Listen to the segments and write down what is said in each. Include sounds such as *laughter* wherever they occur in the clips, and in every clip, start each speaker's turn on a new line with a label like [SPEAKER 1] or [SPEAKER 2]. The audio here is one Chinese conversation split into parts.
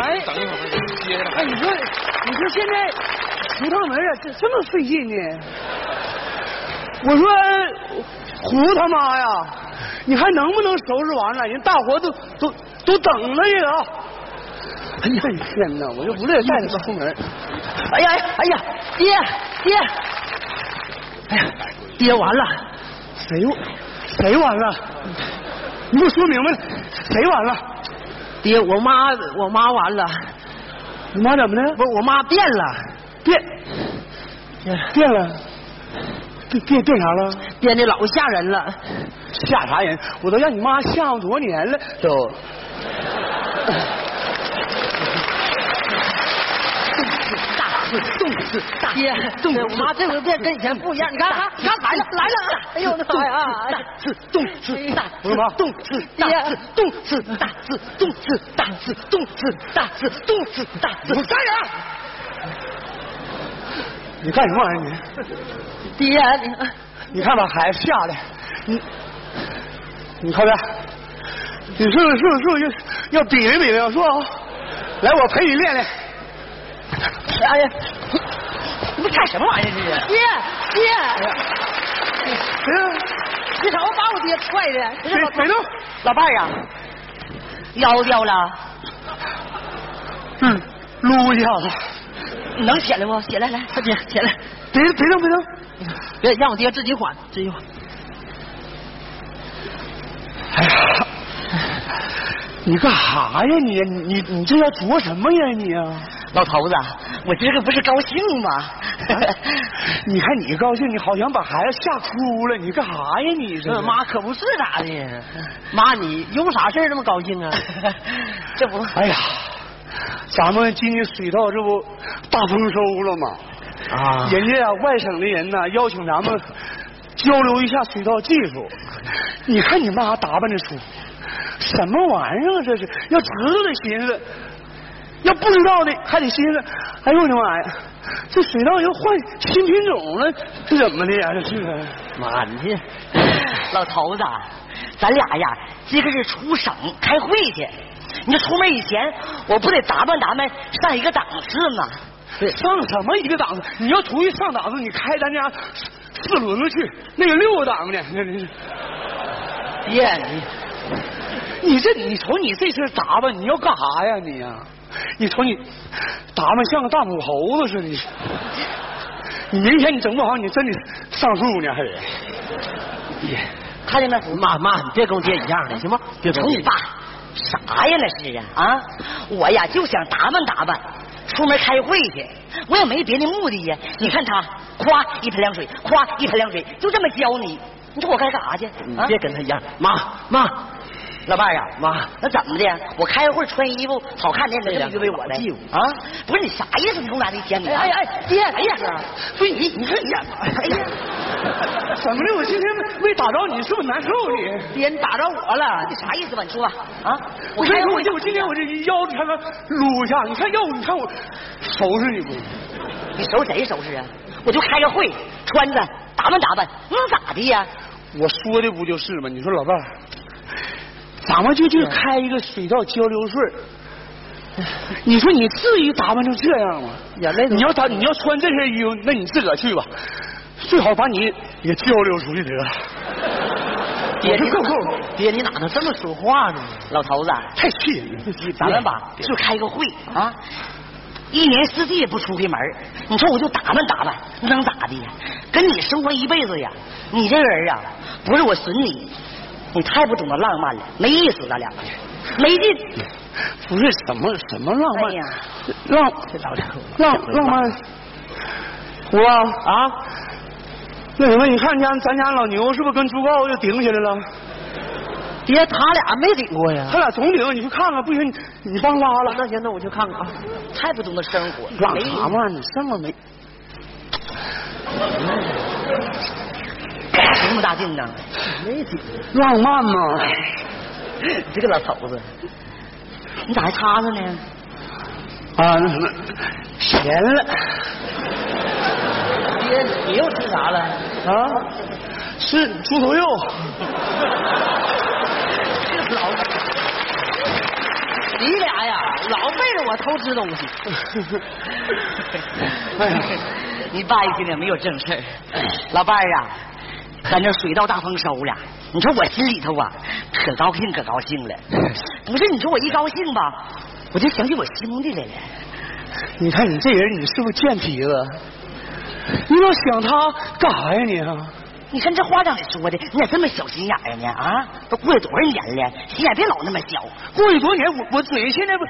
[SPEAKER 1] 哎，
[SPEAKER 2] 等一会儿，接着来。
[SPEAKER 1] 哎，你说，你说现在胡同门儿咋这么费劲呢？我说胡他妈呀，你还能不能收拾完了？人大伙都都都等着这个啊！哎呀，天哪！我就不乐意带你出门。哎呀，哎呀，爹爹！哎呀，爹完了，谁谁完了？你给我说明白了，谁完了？
[SPEAKER 3] 爹，我妈我妈完了，
[SPEAKER 1] 你妈怎么的？
[SPEAKER 3] 不是我妈变了，哎
[SPEAKER 1] 变变了，变变变啥了？
[SPEAKER 3] 变得老吓人了。
[SPEAKER 1] 吓啥人？我都让你妈吓唬多少年了都。
[SPEAKER 3] 爹，我妈这回变跟以前不一样，你看，你看来了来了，哎呦我的妈呀！哎
[SPEAKER 1] 刺动刺大，我说妈，动刺大刺动刺大刺动刺大刺动刺大刺动刺大刺。你干啥？你干什么玩意儿
[SPEAKER 3] 爹，你
[SPEAKER 1] 你？你看把孩子吓的，你你靠边，你是不是是不是要要比划比划？说啊，来，我陪你练练。
[SPEAKER 3] 哎呀，你们干什么玩意儿？这是爹爹，你瞅把我爹踹的，
[SPEAKER 1] 谁谁动？
[SPEAKER 3] 老伴儿啊，腰掉了，
[SPEAKER 1] 嗯，撸一下子。
[SPEAKER 3] 你能起来不？起来来，快点起来，
[SPEAKER 1] 别别动别动，
[SPEAKER 3] 别让我爹自己缓，自己缓。
[SPEAKER 1] 哎你干啥呀你你你这要琢什么呀你啊？
[SPEAKER 3] 老头子，我今儿个不是高兴吗？
[SPEAKER 1] 哎你看你高兴，你好像把孩子吓哭了，你干啥呀你这？
[SPEAKER 3] 这呃妈可不是咋的，哎妈你有啥事儿那么
[SPEAKER 2] *laughs*
[SPEAKER 3] 高兴啊？这不
[SPEAKER 1] 哎呀，咱们今年水稻这不大丰收了吗？
[SPEAKER 3] 啊
[SPEAKER 1] 人家啊外省的人呢、邀请咱们交流一下水稻技术。你看你妈打扮的出，什么玩意儿啊这是？要知道得寻思，要不知道的还得寻思。哎呦我的妈呀，这水稻又换新品种了，这怎么的呀？这是
[SPEAKER 3] 妈你这老头子，啊咱俩呀今个是出省开会去，你这出门以前我不得打扮打扮上一个档次吗？
[SPEAKER 1] 上什么一个档次？你要出去上档次，你开咱家四轮子去，那个六个档的，那那是。
[SPEAKER 3] 爹哎你
[SPEAKER 1] 你这你瞅你这身打扮，你要干啥呀你呀、你瞅你打扮像个大母猴子似的，你你明天你整不好，你真得上树呢还得。
[SPEAKER 3] 看见没？妈妈，你别跟我爹一样的，行吗？别瞅你爸，啥呀那是啊啊！我呀就想打扮打扮，出门开会去，我也没别的目的呀。你看他，夸一盆凉水，夸一盆凉水，就这么教你。你说我该干啥去？
[SPEAKER 2] 你
[SPEAKER 3] 啊
[SPEAKER 2] 别跟他一样，妈妈，
[SPEAKER 3] 老伴儿啊，
[SPEAKER 2] 妈
[SPEAKER 3] 那怎么的？我开会穿衣服好看点，你
[SPEAKER 2] 这
[SPEAKER 3] 这
[SPEAKER 2] 两个
[SPEAKER 3] 么约为我的
[SPEAKER 2] 老屁股
[SPEAKER 3] 啊？不是你啥意思？你从哪一天你？哎哎，爹，哎呀，不是你，你说你呀，哎呀。 *laughs*
[SPEAKER 1] 怎么的？我今天没没打着你，是不是难受你？
[SPEAKER 3] 爹，你打着我了，你啥意思吧？你说吧，啊，
[SPEAKER 1] 我
[SPEAKER 3] 开
[SPEAKER 1] 跟你说，
[SPEAKER 3] 会
[SPEAKER 1] 我这我今天我这腰子才能撸一下，你看要不你看我收拾你不？
[SPEAKER 3] 你收拾谁收拾啊？我就开个会，穿着打扮打扮，能咋的呀？
[SPEAKER 1] 我说的不就是吗？你说老伴儿，咱们就去开一个水稻交流会。你说你至于打扮成这样吗？
[SPEAKER 3] 眼泪
[SPEAKER 1] 你要打你要穿这身衣服，那你自个儿去吧，最好把你也交流出去得了。
[SPEAKER 3] 爹，
[SPEAKER 1] 我
[SPEAKER 3] 你
[SPEAKER 1] 是够够了，
[SPEAKER 3] 爹，你哪能这么说话呢？老头子，
[SPEAKER 1] 太气人了！
[SPEAKER 3] 咱们吧就开个会啊，一年四季也不出去门儿你说我就打扮打扮，能咋的呀？跟你生活一辈子呀，你这个人啊，不是我损你，你太不懂得浪漫了，没意思，咱俩没劲。
[SPEAKER 1] 不是什么什么浪漫
[SPEAKER 3] 哎呀，
[SPEAKER 1] 浪浪浪漫，胡啊啊！那什么，你看家咱家老牛是不是跟朱高又顶起来了？
[SPEAKER 3] 爹，他俩没顶过呀。
[SPEAKER 1] 他俩总顶，你去看看，不行你你帮拉拉。
[SPEAKER 3] 那行，那我去看看啊。太不懂得生活，
[SPEAKER 1] 浪
[SPEAKER 3] 没意思
[SPEAKER 1] 啥嘛？你这么没
[SPEAKER 3] 这么大劲呢？没劲，
[SPEAKER 1] 浪漫吗？
[SPEAKER 3] 你这个老头子，你咋还插着呢？
[SPEAKER 1] 哎啊，那什么，闲了。
[SPEAKER 3] 你又听啥了？
[SPEAKER 1] 啊，是猪头肉。
[SPEAKER 3] *laughs* 老，你俩呀，老背着我偷吃东西。
[SPEAKER 1] *laughs* 哎呀，
[SPEAKER 3] *laughs* 你爸一天也没有正事儿，老伴儿啊，反正水到大丰收了。你说我心里头啊，可高兴可高
[SPEAKER 1] *laughs*
[SPEAKER 3] 兴了。不是，你说我一高兴吧，我就想起我兄弟来了。
[SPEAKER 1] 你看你这人，你是不是贱皮子？你老想他干啥呀你啊？
[SPEAKER 3] 你看这话让你说的，你咋这么小心眼儿呢？啊，都过了多少年了，心眼别老那么小。
[SPEAKER 1] 过去多年，我我嘴现在不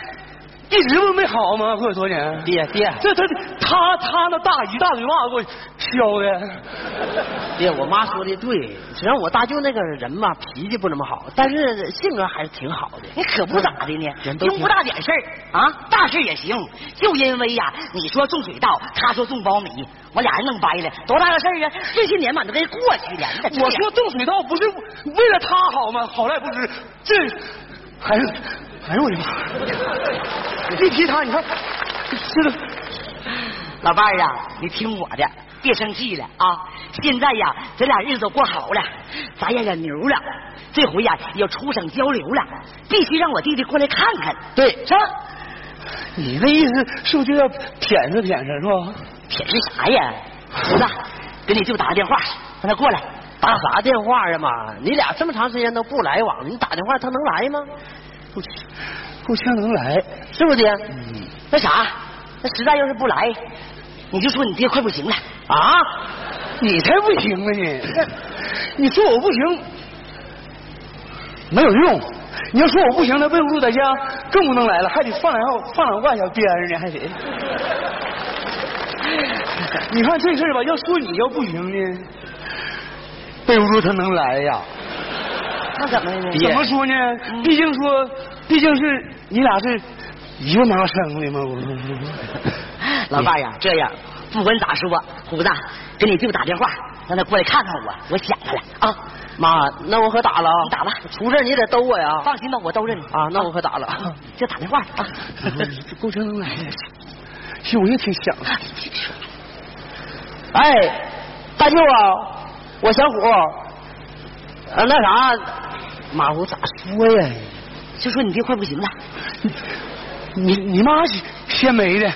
[SPEAKER 1] 一直不没好吗？过去多年，
[SPEAKER 3] 爹爹
[SPEAKER 1] 这他他他那大一大嘴巴给我削的，
[SPEAKER 2] 爹，我妈说的对，虽然我大舅那个人嘛脾气不怎么好，但是性格还是挺好的。嗯
[SPEAKER 3] 你可不咋的呢，
[SPEAKER 2] 人都
[SPEAKER 3] 用不大点事儿啊，大事也行。就因为呀，你说种水稻，他说种苞米，我俩人弄掰了，多大个事儿啊！这些年嘛都跟过去了。你咋这样
[SPEAKER 1] 我说种水稻不是为了他好吗？好赖不知这还是哎呦我的妈！一提他，你看这个
[SPEAKER 3] 老伴儿啊，你听我的，别生气了啊！现在呀，咱俩日子过好了，咱也也牛了。这回呀，要出省交流了，必须让我弟弟过来看看。对，是吧？
[SPEAKER 1] 你那意思是不是就要舔着舔着是吧？
[SPEAKER 3] 撇是啥呀？儿子，给你舅打个电话，让他过来。
[SPEAKER 2] 打啥电话呀妈？你俩这么长时间都不来往，你打电话他能来吗？
[SPEAKER 1] 互相能来，
[SPEAKER 2] 是不是爹？
[SPEAKER 3] 嗯那啥，那实在要是不来，你就说你爹快不行了啊！
[SPEAKER 1] 你才不行呢你！你说我不行，没有用。你要说我不行，那魏无在家更不能来了，还得放两放两挂小鞭儿呢，还得。你看这事儿吧，要说你要不行呢，魏无他能来呀？
[SPEAKER 3] 那怎么的呢？
[SPEAKER 1] 怎么说呢？
[SPEAKER 3] 嗯
[SPEAKER 1] 毕竟说，毕竟是你俩是一个妈生的嘛，我
[SPEAKER 3] *laughs* 老伴儿呀，这样不管咋说，虎子啊给你舅打电话，让他过来看看我，我想他了啊！
[SPEAKER 2] 妈，那我可打了啊！
[SPEAKER 3] 你打吧
[SPEAKER 2] 出事儿你得兜我呀！
[SPEAKER 3] 放心吧，我兜着你
[SPEAKER 2] 啊，那我可打了。
[SPEAKER 3] 就打电话啊！
[SPEAKER 1] 够呛能来的。其实我也挺想的。
[SPEAKER 2] *laughs* 哎，大舅啊，我小虎，呃，那啥，马虎咋说呀？
[SPEAKER 3] 就说你爹快不行了，
[SPEAKER 1] 你你妈先没的，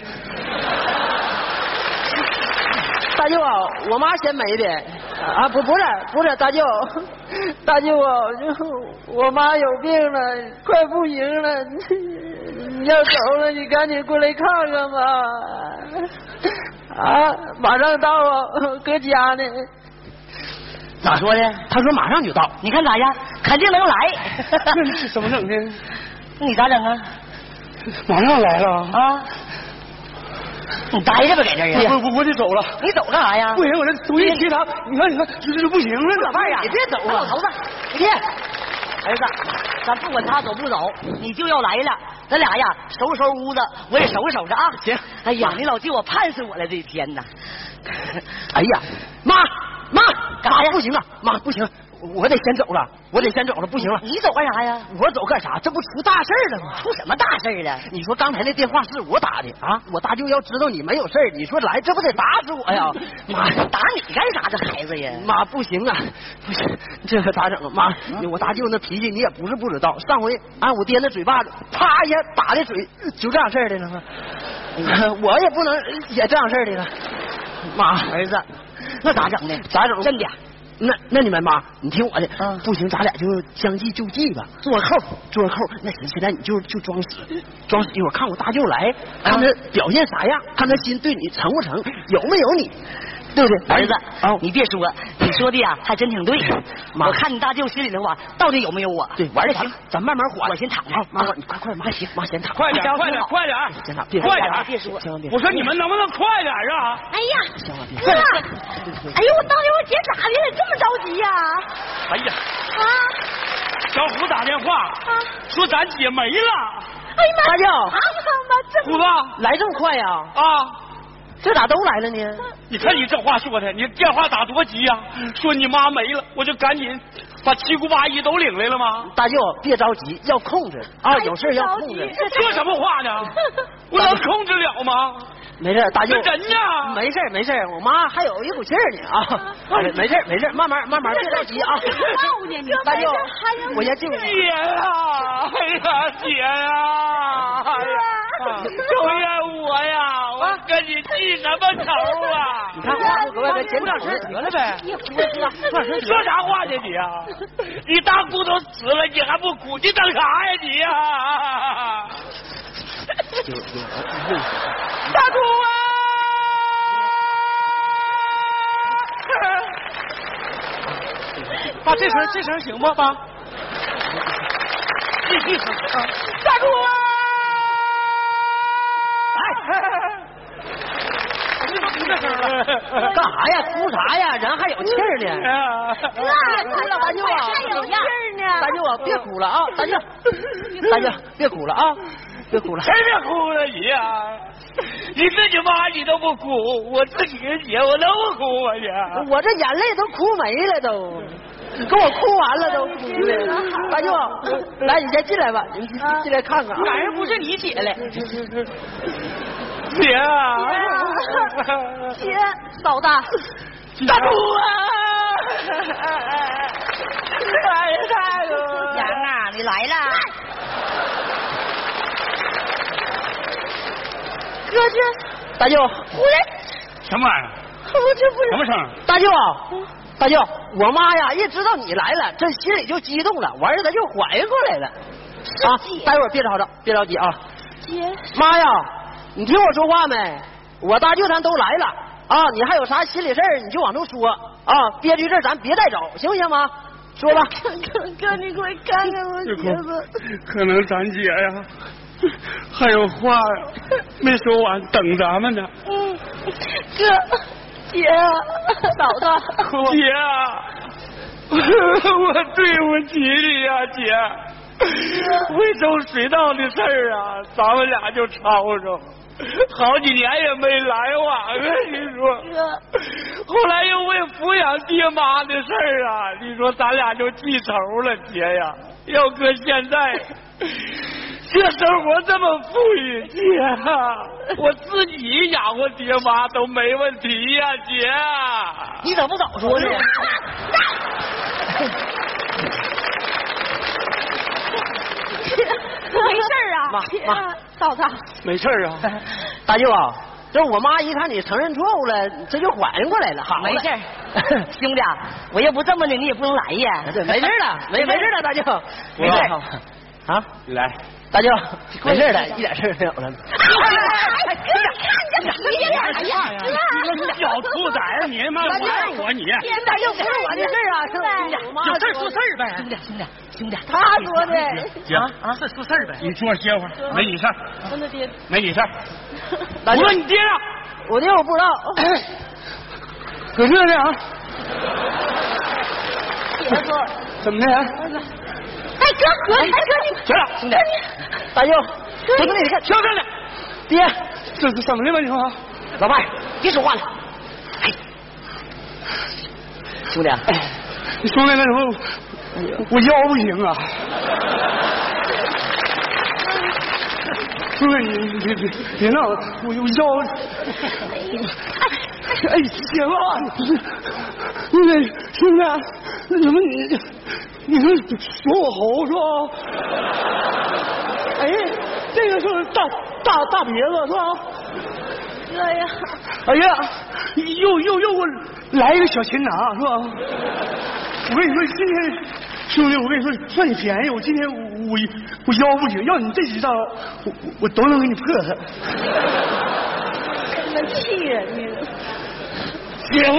[SPEAKER 2] 大舅啊，我妈先没的啊，不不是不是，大舅，大舅啊，就我妈有病了，快不行了， *laughs* 你要走了，你赶紧过来看看吧。 *laughs* 啊，马上到啊，搁家呢。
[SPEAKER 3] 咋说的？他说马上就到，你看咋样？肯定
[SPEAKER 2] *laughs*
[SPEAKER 3] 能
[SPEAKER 1] 那
[SPEAKER 3] 来。
[SPEAKER 1] 是怎么整的？
[SPEAKER 3] 你咋整啊？
[SPEAKER 1] 马上来了啊！
[SPEAKER 3] 啊！你待着吧，在这
[SPEAKER 2] 哎
[SPEAKER 3] 儿
[SPEAKER 1] 我
[SPEAKER 3] 啊！
[SPEAKER 1] 我我得走了，
[SPEAKER 3] 你走干啥呀？
[SPEAKER 1] 不行，我这东西提他，你看你看，这这不行了，
[SPEAKER 3] 啊老伴儿呀，
[SPEAKER 1] 你
[SPEAKER 3] 别走啊，老头子，别。
[SPEAKER 2] 啊
[SPEAKER 3] 儿子，咱不管他走不走，你舅要来了，咱俩呀收拾收拾屋子，我也收拾收拾啊。行。哎呀，你老舅我盼死我了，这一天呐。
[SPEAKER 2] *laughs* 哎呀，妈妈，
[SPEAKER 3] 干啥呀
[SPEAKER 2] 妈不行啊，妈不行，我得先走了，我得先走了，不行了。
[SPEAKER 3] 你走干啥呀？
[SPEAKER 2] 我走干啥？这不出大事儿了吗？
[SPEAKER 3] 出什么大事儿了？
[SPEAKER 2] 你说刚才那电话是我打的啊？我大舅要知道你没有事儿，你说来这不得打死我
[SPEAKER 3] *laughs*
[SPEAKER 2] 呀？妈呀，
[SPEAKER 3] 打你干啥？这孩子呀！
[SPEAKER 2] 妈不行啊，不行，这可咋整啊？妈，我大舅那脾气你也不是不知道，上回按我爹那嘴巴子，啪一下打的嘴，就这样事儿的了吗？ *laughs* 我也不能也这样事儿的了。妈，
[SPEAKER 3] 儿子，那咋整的？
[SPEAKER 2] 咋整？
[SPEAKER 3] 真的，
[SPEAKER 2] 那那你们妈，你听我的，
[SPEAKER 3] 嗯
[SPEAKER 2] 不行，咱俩就将计就计吧，
[SPEAKER 3] 做扣。
[SPEAKER 2] 做个扣。那行，现在你就就装死，装死一会儿，看我大舅来，
[SPEAKER 3] 啊
[SPEAKER 2] 看他表现啥样，看他心对你成不成，有没有你，对不对？
[SPEAKER 3] 儿子，
[SPEAKER 2] 啊，
[SPEAKER 3] 你别说，你说的呀，还真挺对。
[SPEAKER 2] 妈
[SPEAKER 3] 我看你大舅心里头啊，到底有没有我？
[SPEAKER 2] 对，完了，
[SPEAKER 3] 行
[SPEAKER 2] 咱，咱慢慢缓。
[SPEAKER 3] 我先躺着
[SPEAKER 2] 啊妈，
[SPEAKER 3] 啊
[SPEAKER 2] 你快快，妈行，妈先躺。
[SPEAKER 4] 快点
[SPEAKER 3] 哎呀，
[SPEAKER 4] 快点，快点，
[SPEAKER 2] 先躺，别
[SPEAKER 4] 快点
[SPEAKER 3] 别说
[SPEAKER 2] 千万别。
[SPEAKER 4] 我说你们能不能快点啊？
[SPEAKER 5] 哎呀，
[SPEAKER 2] 行了别
[SPEAKER 5] 哥，哎呦，我到底我姐咋的了？这么着急呀、啊？
[SPEAKER 4] 哎呀，小虎打电话说咱姐没了，
[SPEAKER 5] 啊哎呀妈！
[SPEAKER 2] 大舅
[SPEAKER 5] 啊妈妈，这
[SPEAKER 4] 虎子
[SPEAKER 2] 来这么快呀？
[SPEAKER 4] 啊，
[SPEAKER 3] 这咋都来了呢？
[SPEAKER 4] 你看你这话说的，你电话打多急呀、说你妈没了，我就赶紧把七姑八姨都领来了吗？
[SPEAKER 6] 大舅别着急，要控制啊，有事要控制。
[SPEAKER 4] 说什么话
[SPEAKER 5] *laughs*
[SPEAKER 4] 呢？我能控制了吗？
[SPEAKER 3] 没事，大舅
[SPEAKER 4] 那人呢
[SPEAKER 3] 没事没事，我妈还有一股气儿呢啊！哎没事没事，慢慢慢慢，别着急啊
[SPEAKER 5] 这是闹呢你。
[SPEAKER 3] 大舅
[SPEAKER 5] 这还能，
[SPEAKER 3] 我先进屋。
[SPEAKER 4] 姐呀、哎呀，姐呀、哎呀，都怨我呀！我跟你记什么仇啊？
[SPEAKER 3] 你看，我格外的捡点事得了呗。
[SPEAKER 5] 你胡说，
[SPEAKER 4] 你说啥话呢你啊？你大姑都死了，你还不哭？你等啥呀你啊呀、大姑啊！爸，这声这声行吗？爸，大姑啊！哎，你怎么这声了？
[SPEAKER 3] 干啥呀？哭啥呀？人还有气儿
[SPEAKER 4] 哎
[SPEAKER 3] 呢。别
[SPEAKER 5] 哥，
[SPEAKER 3] 哭了，大舅啊！
[SPEAKER 5] 还有气儿呢。
[SPEAKER 3] 大舅啊，别哭了啊！大舅，大舅，别哭了啊！别哭了。
[SPEAKER 4] 谁别哭了你呀、你自己妈你都不哭，我自己的姐我能不哭吗你？啊
[SPEAKER 3] 我这眼泪都哭没了都，你给我哭完了都哭的。大舅，来，你先进来吧，你进来看看哎啊。
[SPEAKER 6] 人不是你姐了，
[SPEAKER 4] 姐啊，
[SPEAKER 5] 姐，老大，
[SPEAKER 4] 大姑啊，
[SPEAKER 3] 哎呀，大舅
[SPEAKER 6] 杨啊，你来了。
[SPEAKER 5] 哥这
[SPEAKER 3] 大舅，
[SPEAKER 5] 胡来，
[SPEAKER 4] 什么玩意儿？
[SPEAKER 5] 我这不是
[SPEAKER 4] 什么声？
[SPEAKER 3] 大舅啊，大舅，我妈呀，一知道你来了，这心里就激动了，完事儿她就缓应过来了。啊，待会儿别吵吵，别着急啊。
[SPEAKER 5] 姐，
[SPEAKER 3] 妈呀，你听我说话没？我大舅咱都来了啊，你还有啥心里事儿你就往出说啊，憋屈事儿咱别再找，行不行妈？说吧。
[SPEAKER 5] *laughs* 哥哥你快看看我姐夫，
[SPEAKER 4] 可能咱姐呀、还有话没说完，等咱们呢。
[SPEAKER 5] 嗯，哥，姐，老
[SPEAKER 3] *laughs*
[SPEAKER 5] 大，
[SPEAKER 4] *laughs* 姐啊，我对不起你呀、姐。惠州水稻的事儿啊，咱们俩就吵吵，好几年也没来往啊。你说，
[SPEAKER 5] 哥，
[SPEAKER 4] 后来又为抚养爹妈的事儿啊，你说咱俩就记仇了，姐呀。要搁现在，这生活这么富裕，姐啊、我自己养活爹妈都没问题呀、姐啊。
[SPEAKER 6] 你怎么不早说呢？
[SPEAKER 3] *laughs*
[SPEAKER 5] 没事儿啊，
[SPEAKER 3] 妈
[SPEAKER 5] 姐
[SPEAKER 3] 妈，
[SPEAKER 5] 老大，
[SPEAKER 4] 没事儿啊，
[SPEAKER 3] 大舅啊，这我妈一看你承认错误了，这就反应过来了。好了
[SPEAKER 6] 没事儿，
[SPEAKER 3] *laughs*
[SPEAKER 6] 兄弟啊，我要不这么的，你也不能来呀。
[SPEAKER 3] 对，没事了， *laughs* 没没事了，大舅，没事儿啊，
[SPEAKER 4] 你来，
[SPEAKER 3] 大舅，没事了，一点事儿没有了。
[SPEAKER 5] 哎哥，你看你这
[SPEAKER 3] 啊哎
[SPEAKER 5] 你俩呀，哥，
[SPEAKER 4] 小兔崽啊子，你他妈玩我你！
[SPEAKER 3] 大舅，不是我的事儿啊，是我妈
[SPEAKER 6] 有事儿出事儿呗。
[SPEAKER 3] 啊
[SPEAKER 6] 兄弟，兄弟，兄弟，
[SPEAKER 5] 他说的，
[SPEAKER 4] 行，
[SPEAKER 6] 啊，是出事儿呗。
[SPEAKER 4] 你坐歇会儿，没你事儿，
[SPEAKER 5] 真的爹，
[SPEAKER 4] 没你事儿。
[SPEAKER 3] 大舅，
[SPEAKER 4] 你爹呢？
[SPEAKER 3] 我的我不知道，
[SPEAKER 1] *laughs* 搁这呢啊？
[SPEAKER 5] 姐夫，哎
[SPEAKER 1] 怎么的啊？
[SPEAKER 5] 哥，哥，哎哥你。
[SPEAKER 4] 行了，
[SPEAKER 3] 兄弟，啊大舅，不是你看，
[SPEAKER 4] 听着呢，
[SPEAKER 3] 爹，
[SPEAKER 1] 这是怎么的吧？你说，啊
[SPEAKER 3] 老伴儿，别说话了。哎兄弟啊，
[SPEAKER 1] 你说那个什么，我我腰不行啊。不是你你别别别闹了，我我腰，哎，姐夫啊，那个兄弟啊，那什么你，你说说我猴是吧？哎，这个是大大大别子是吧？
[SPEAKER 5] 哥呀，
[SPEAKER 1] 哎呀，又又又给我来一个小擒拿是吧？我跟你说，今天兄弟，我跟你说，算你便宜。我今天我我我腰不行，要你这几招，我我我都能给你破它。
[SPEAKER 5] 真的气人呢！
[SPEAKER 4] 姐夫，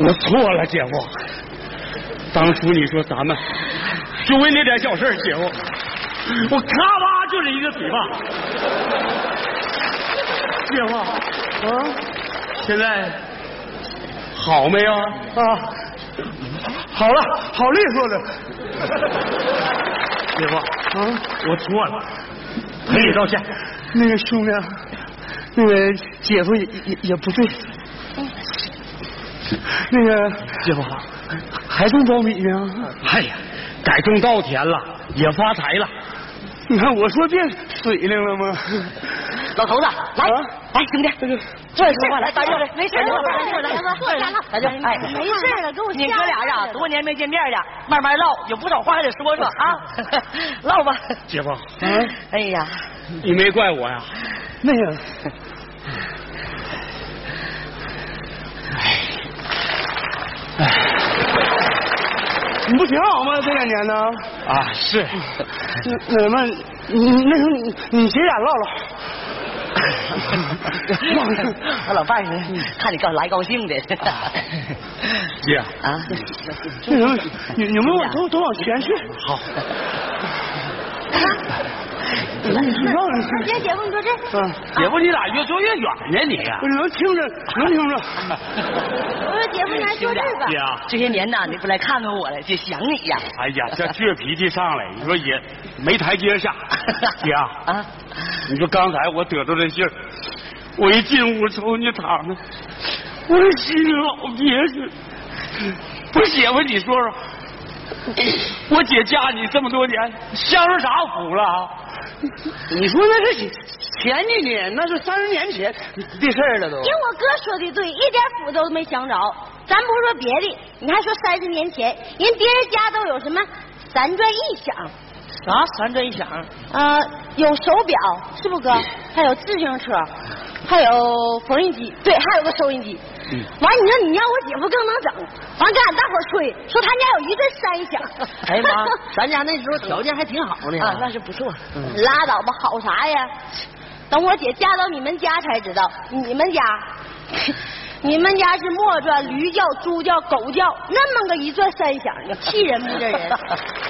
[SPEAKER 4] 我错了，姐夫。当初你说咱们就为那点小事儿，姐夫，我咔吧就是一个嘴巴。姐夫，啊，现在好没有？
[SPEAKER 1] 啊，好了，好利索了。
[SPEAKER 4] 姐夫，
[SPEAKER 1] 啊，
[SPEAKER 4] 我错了，赔礼道歉。
[SPEAKER 1] 那个兄弟，啊那个姐夫也也也不对。那个嗯姐夫，嗯还种苞米呢？
[SPEAKER 4] 哎呀，改种稻田了，也发财了。
[SPEAKER 1] 你看我说变水灵了 *laughs* 吗？
[SPEAKER 3] 老头子，来
[SPEAKER 1] 啊
[SPEAKER 3] 来，兄弟，
[SPEAKER 5] 哎
[SPEAKER 3] 坐一说话，来，大舅来，
[SPEAKER 5] 没事
[SPEAKER 3] 大舅
[SPEAKER 5] 了
[SPEAKER 3] 来，坐一
[SPEAKER 5] 来吧
[SPEAKER 3] 坐一
[SPEAKER 5] 来吧
[SPEAKER 3] 大舅，哎，
[SPEAKER 5] 没事了给我
[SPEAKER 3] 你
[SPEAKER 5] 吓
[SPEAKER 3] 哥俩呀，
[SPEAKER 5] 着了
[SPEAKER 3] 多年没见面了，慢慢唠，有不少话还得说说
[SPEAKER 5] *laughs*
[SPEAKER 3] 啊，唠吧。
[SPEAKER 4] 姐夫，
[SPEAKER 3] 哎呀，
[SPEAKER 4] 你没怪我呀？
[SPEAKER 1] 那个，哎，你不挺好吗？这两 *laughs* 年呢？
[SPEAKER 4] 啊，是，
[SPEAKER 1] 那那什么，你那时候你你姐俩唠唠。
[SPEAKER 3] 我老伴儿
[SPEAKER 5] 嗯
[SPEAKER 3] 呢，看你高来高兴的
[SPEAKER 4] *laughs*
[SPEAKER 5] 哎
[SPEAKER 4] 姐，
[SPEAKER 3] *laughs* 啊，
[SPEAKER 1] 那什么，你你们往都都往前去。
[SPEAKER 4] 好，
[SPEAKER 1] 你让人
[SPEAKER 5] 你
[SPEAKER 1] 去。
[SPEAKER 5] 看姐夫，你坐这儿。
[SPEAKER 1] 嗯，
[SPEAKER 4] 姐夫，你俩越坐越远呢，你。
[SPEAKER 1] 你能听着，能听着。
[SPEAKER 5] 我说姐夫，你还坐这儿吧
[SPEAKER 4] 姐。啊，
[SPEAKER 3] 这些年呐，你不来看看我来，就想你呀。
[SPEAKER 4] 哎呀，这
[SPEAKER 3] *laughs*
[SPEAKER 4] 倔脾气上来，你说也没台阶 *laughs* 下。姐啊，
[SPEAKER 3] 啊，
[SPEAKER 4] 你说刚才我得到这信儿，我一进屋瞅你躺着，我这心老憋屈。不是姐夫，你说说，我姐嫁你这么多年，享受啥福了啊？
[SPEAKER 1] 你说那是前几年，那是三十年前的事儿了都
[SPEAKER 5] 听我哥说的对，一点苦都没想着。咱不说别的，你还说三十年前，人别人家都有什么三转一响，
[SPEAKER 2] 啥啊三转一响？
[SPEAKER 5] 呃，有手表，是不是哥？
[SPEAKER 2] 嗯
[SPEAKER 5] 还有自行车，还有缝纫机，对，还有个收音机。
[SPEAKER 2] 嗯
[SPEAKER 5] 完，你说你让我姐夫更能整，完跟俺大伙儿吹，说他家有一顿三响。
[SPEAKER 2] 哎呀
[SPEAKER 5] *laughs*
[SPEAKER 2] 妈，
[SPEAKER 3] *laughs*
[SPEAKER 2] 咱家那时候条件还挺好呢。嗯
[SPEAKER 3] 啊，那是不错。
[SPEAKER 5] 拉倒吧，好啥呀？等我姐嫁到你们家才知道，你们家， *laughs* 你们家是磨转驴叫、猪叫、狗叫，那么个一转三响，你气人不？这人，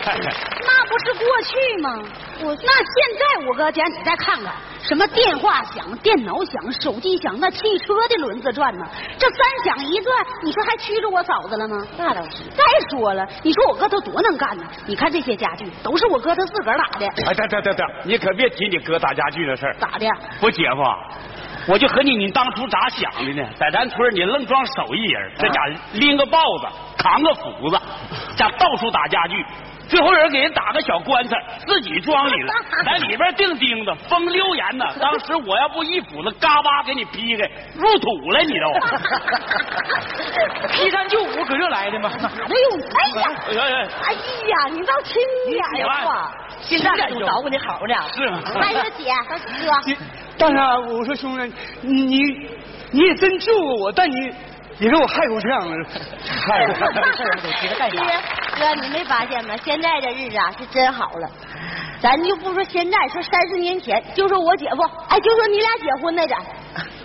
[SPEAKER 4] 哎
[SPEAKER 5] 那不是过去吗？我那现在我哥姐你再看看，什么电话响、电脑响、手机响，那汽车的轮子转呢，这三响一转，你说还屈着我嫂子了吗？那倒是。再说了，你说我哥他多能干呢？你看这些家具都是我哥他自个儿打的，
[SPEAKER 4] 哎，等等等等，你可别提你哥打家具的事儿。
[SPEAKER 5] 咋的？
[SPEAKER 4] 不，姐夫，我就合计你当初咋想的呢？在咱村儿你愣装手艺人，这家拎个豹子，扛个斧子，家到处打家具，最后有人给人打个小棺材，自己装里 *laughs* 了，在里边钉钉子，封溜严呢。当时我要不一斧子嘎巴给你劈开，入土了你都。 *laughs* 劈山救虎搁这来的吗？
[SPEAKER 5] 哎呦，哎呀，
[SPEAKER 4] *laughs* 哎呀，
[SPEAKER 5] 哎呀，你倒轻点
[SPEAKER 3] 哎
[SPEAKER 5] 呀！
[SPEAKER 3] 呀哇，现在还找我你好呢。
[SPEAKER 4] 是吗？
[SPEAKER 5] *laughs* 哎呀，姐，哥，
[SPEAKER 1] 但是啊，我说兄弟，你你你也真救过我，但你也给我害过这样的，害
[SPEAKER 5] *laughs*
[SPEAKER 3] 过没事儿得急着干啥
[SPEAKER 5] 哥，哎你没发现吗？现在这日子啊是真好了。咱就不说现在，说三十年前，就说我姐夫，哎，就说你俩结婚那阵儿，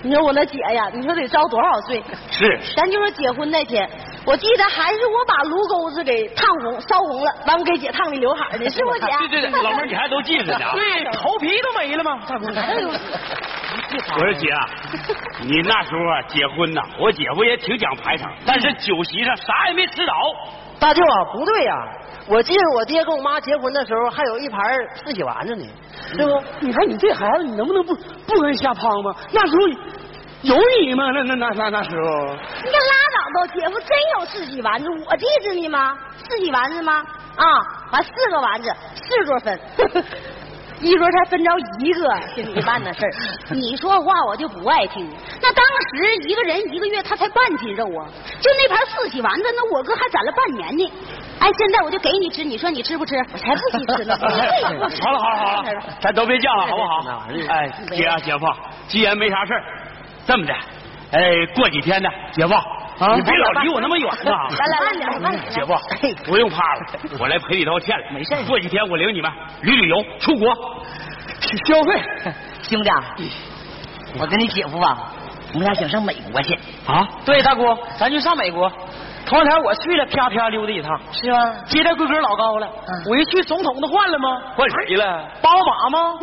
[SPEAKER 5] 你说我那姐呀，你说得遭多少罪？
[SPEAKER 4] 是
[SPEAKER 5] 咱就说结婚那天，我记得还是我把炉钩子给烫红、烧红了，完我给姐烫的刘海儿呢，是不姐？
[SPEAKER 4] 对对对，老妹
[SPEAKER 5] *laughs*
[SPEAKER 4] 儿你还都记着呢啊。
[SPEAKER 2] 头皮都没了吗？
[SPEAKER 5] 哎呦
[SPEAKER 4] 我说 *laughs* 姐啊，你那时候啊结婚呐、我姐夫也挺讲排场，但是酒席上啥也没吃着。
[SPEAKER 2] 大舅啊，不对呀、我记得我爹跟我妈结婚的时候，还有一盘儿四喜丸子呢，
[SPEAKER 1] 对不？你看你这孩子，你能不能不不跟瞎胖吧？那时候有你吗？那那那那那时候，
[SPEAKER 5] 你可拉倒吧，姐夫真有四喜丸子，我记着呢吗？四喜丸子吗？啊，完四个丸子，四桌分， *laughs* 一桌才分着一个，就你办的事
[SPEAKER 4] *laughs*
[SPEAKER 5] 儿。你说话我就不爱听。那当时一个人一个月他才半斤肉啊，就那盘四喜丸子，那我哥还攒了半年呢。哎，现在我就给你吃，你说你吃不吃？我才不稀
[SPEAKER 4] *laughs*
[SPEAKER 5] 吃
[SPEAKER 4] 哎
[SPEAKER 5] 呢，我不吃
[SPEAKER 4] 好了好了好了，咱都别犟了好不好？哎，姐啊姐夫，既然没啥事儿，这么的，哎，过几天呢，姐夫，你别老离我那么远呐。
[SPEAKER 5] 咱俩慢点慢点
[SPEAKER 4] 姐夫，不用怕了，我来赔礼道歉了。哎没事，过几天我领你们旅旅游，出国。
[SPEAKER 1] 消费嗯
[SPEAKER 3] 兄弟啊，我跟你姐夫啊，我们俩想上美国去，
[SPEAKER 4] 啊，
[SPEAKER 2] 对，大姑，咱就上美国。头两天我去了，啪啪溜达一趟，
[SPEAKER 3] 是吗？
[SPEAKER 2] 接待规格老高了。
[SPEAKER 3] 嗯
[SPEAKER 2] 我一去，总统都换了吗？
[SPEAKER 4] 换谁了？
[SPEAKER 2] 巴奥马吗？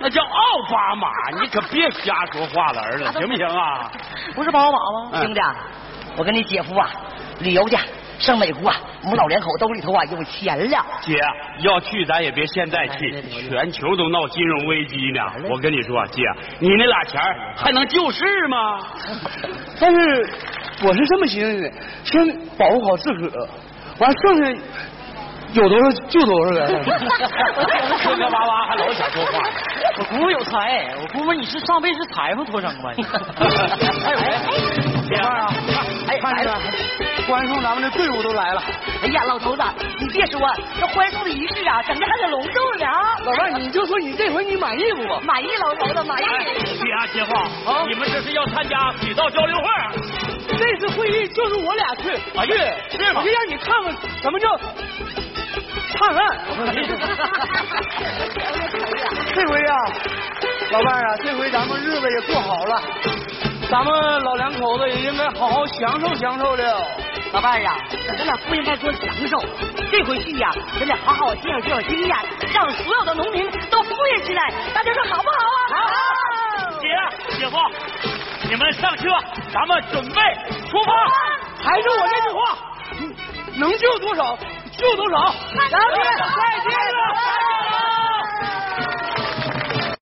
[SPEAKER 4] 那叫奥巴马，你可别瞎说话了， *laughs* 儿子，
[SPEAKER 3] *laughs*
[SPEAKER 4] 行不行啊？
[SPEAKER 2] 不是巴奥马吗？
[SPEAKER 4] 嗯
[SPEAKER 3] 兄弟啊，我跟你姐夫啊，旅游去，上美国啊，我们老两口兜里头啊有钱
[SPEAKER 4] *laughs*
[SPEAKER 3] 了。
[SPEAKER 4] 姐，要去咱也别现在去
[SPEAKER 3] 哎对对，对
[SPEAKER 4] 全球都闹金融危机呢。我跟你说，啊姐，你那俩钱儿还能救市吗？
[SPEAKER 1] 但是我是这么寻思的，先保护好自个儿，完剩下有多少就多少
[SPEAKER 3] *laughs*
[SPEAKER 1] 呗。
[SPEAKER 4] 磕磕巴巴还老想说话。
[SPEAKER 7] 我估摸有财，我估摸你是上辈子财富托生
[SPEAKER 4] *laughs*
[SPEAKER 7] 吧？
[SPEAKER 4] 哎姐，
[SPEAKER 3] 哎，
[SPEAKER 1] 看
[SPEAKER 3] 来
[SPEAKER 1] 着
[SPEAKER 3] 了
[SPEAKER 1] 吧，欢送咱们的队伍都来了。
[SPEAKER 3] 哎呀，老头子，你别说，这欢送的仪式啊，整的还挺隆重的啊。
[SPEAKER 1] 老伴儿，你就说你这回你满意不？
[SPEAKER 3] 满意，哎老头子，满意。
[SPEAKER 4] 姐啊，姐夫，你们这是要参加水稻交流会啊？
[SPEAKER 1] 这次会议就是我俩去，
[SPEAKER 4] 哎呀，是
[SPEAKER 1] 我
[SPEAKER 4] 吗
[SPEAKER 1] 就？让你看看什么叫灿烂。
[SPEAKER 3] *laughs*
[SPEAKER 1] 这回啊，老伴儿啊，这回咱们日子也过好了，咱们老两口子也应该好好享受享受了。
[SPEAKER 3] 老伴儿啊，咱俩不应该说享受，这回去呀、咱俩好好介绍介绍经验，让所有的农民都富裕起来，大家说好不好啊？好。
[SPEAKER 4] 姐，姐夫，你们上车，咱们准备出发。
[SPEAKER 1] 还是我这句话，嗯能救多少救多少。
[SPEAKER 5] 再见，再见。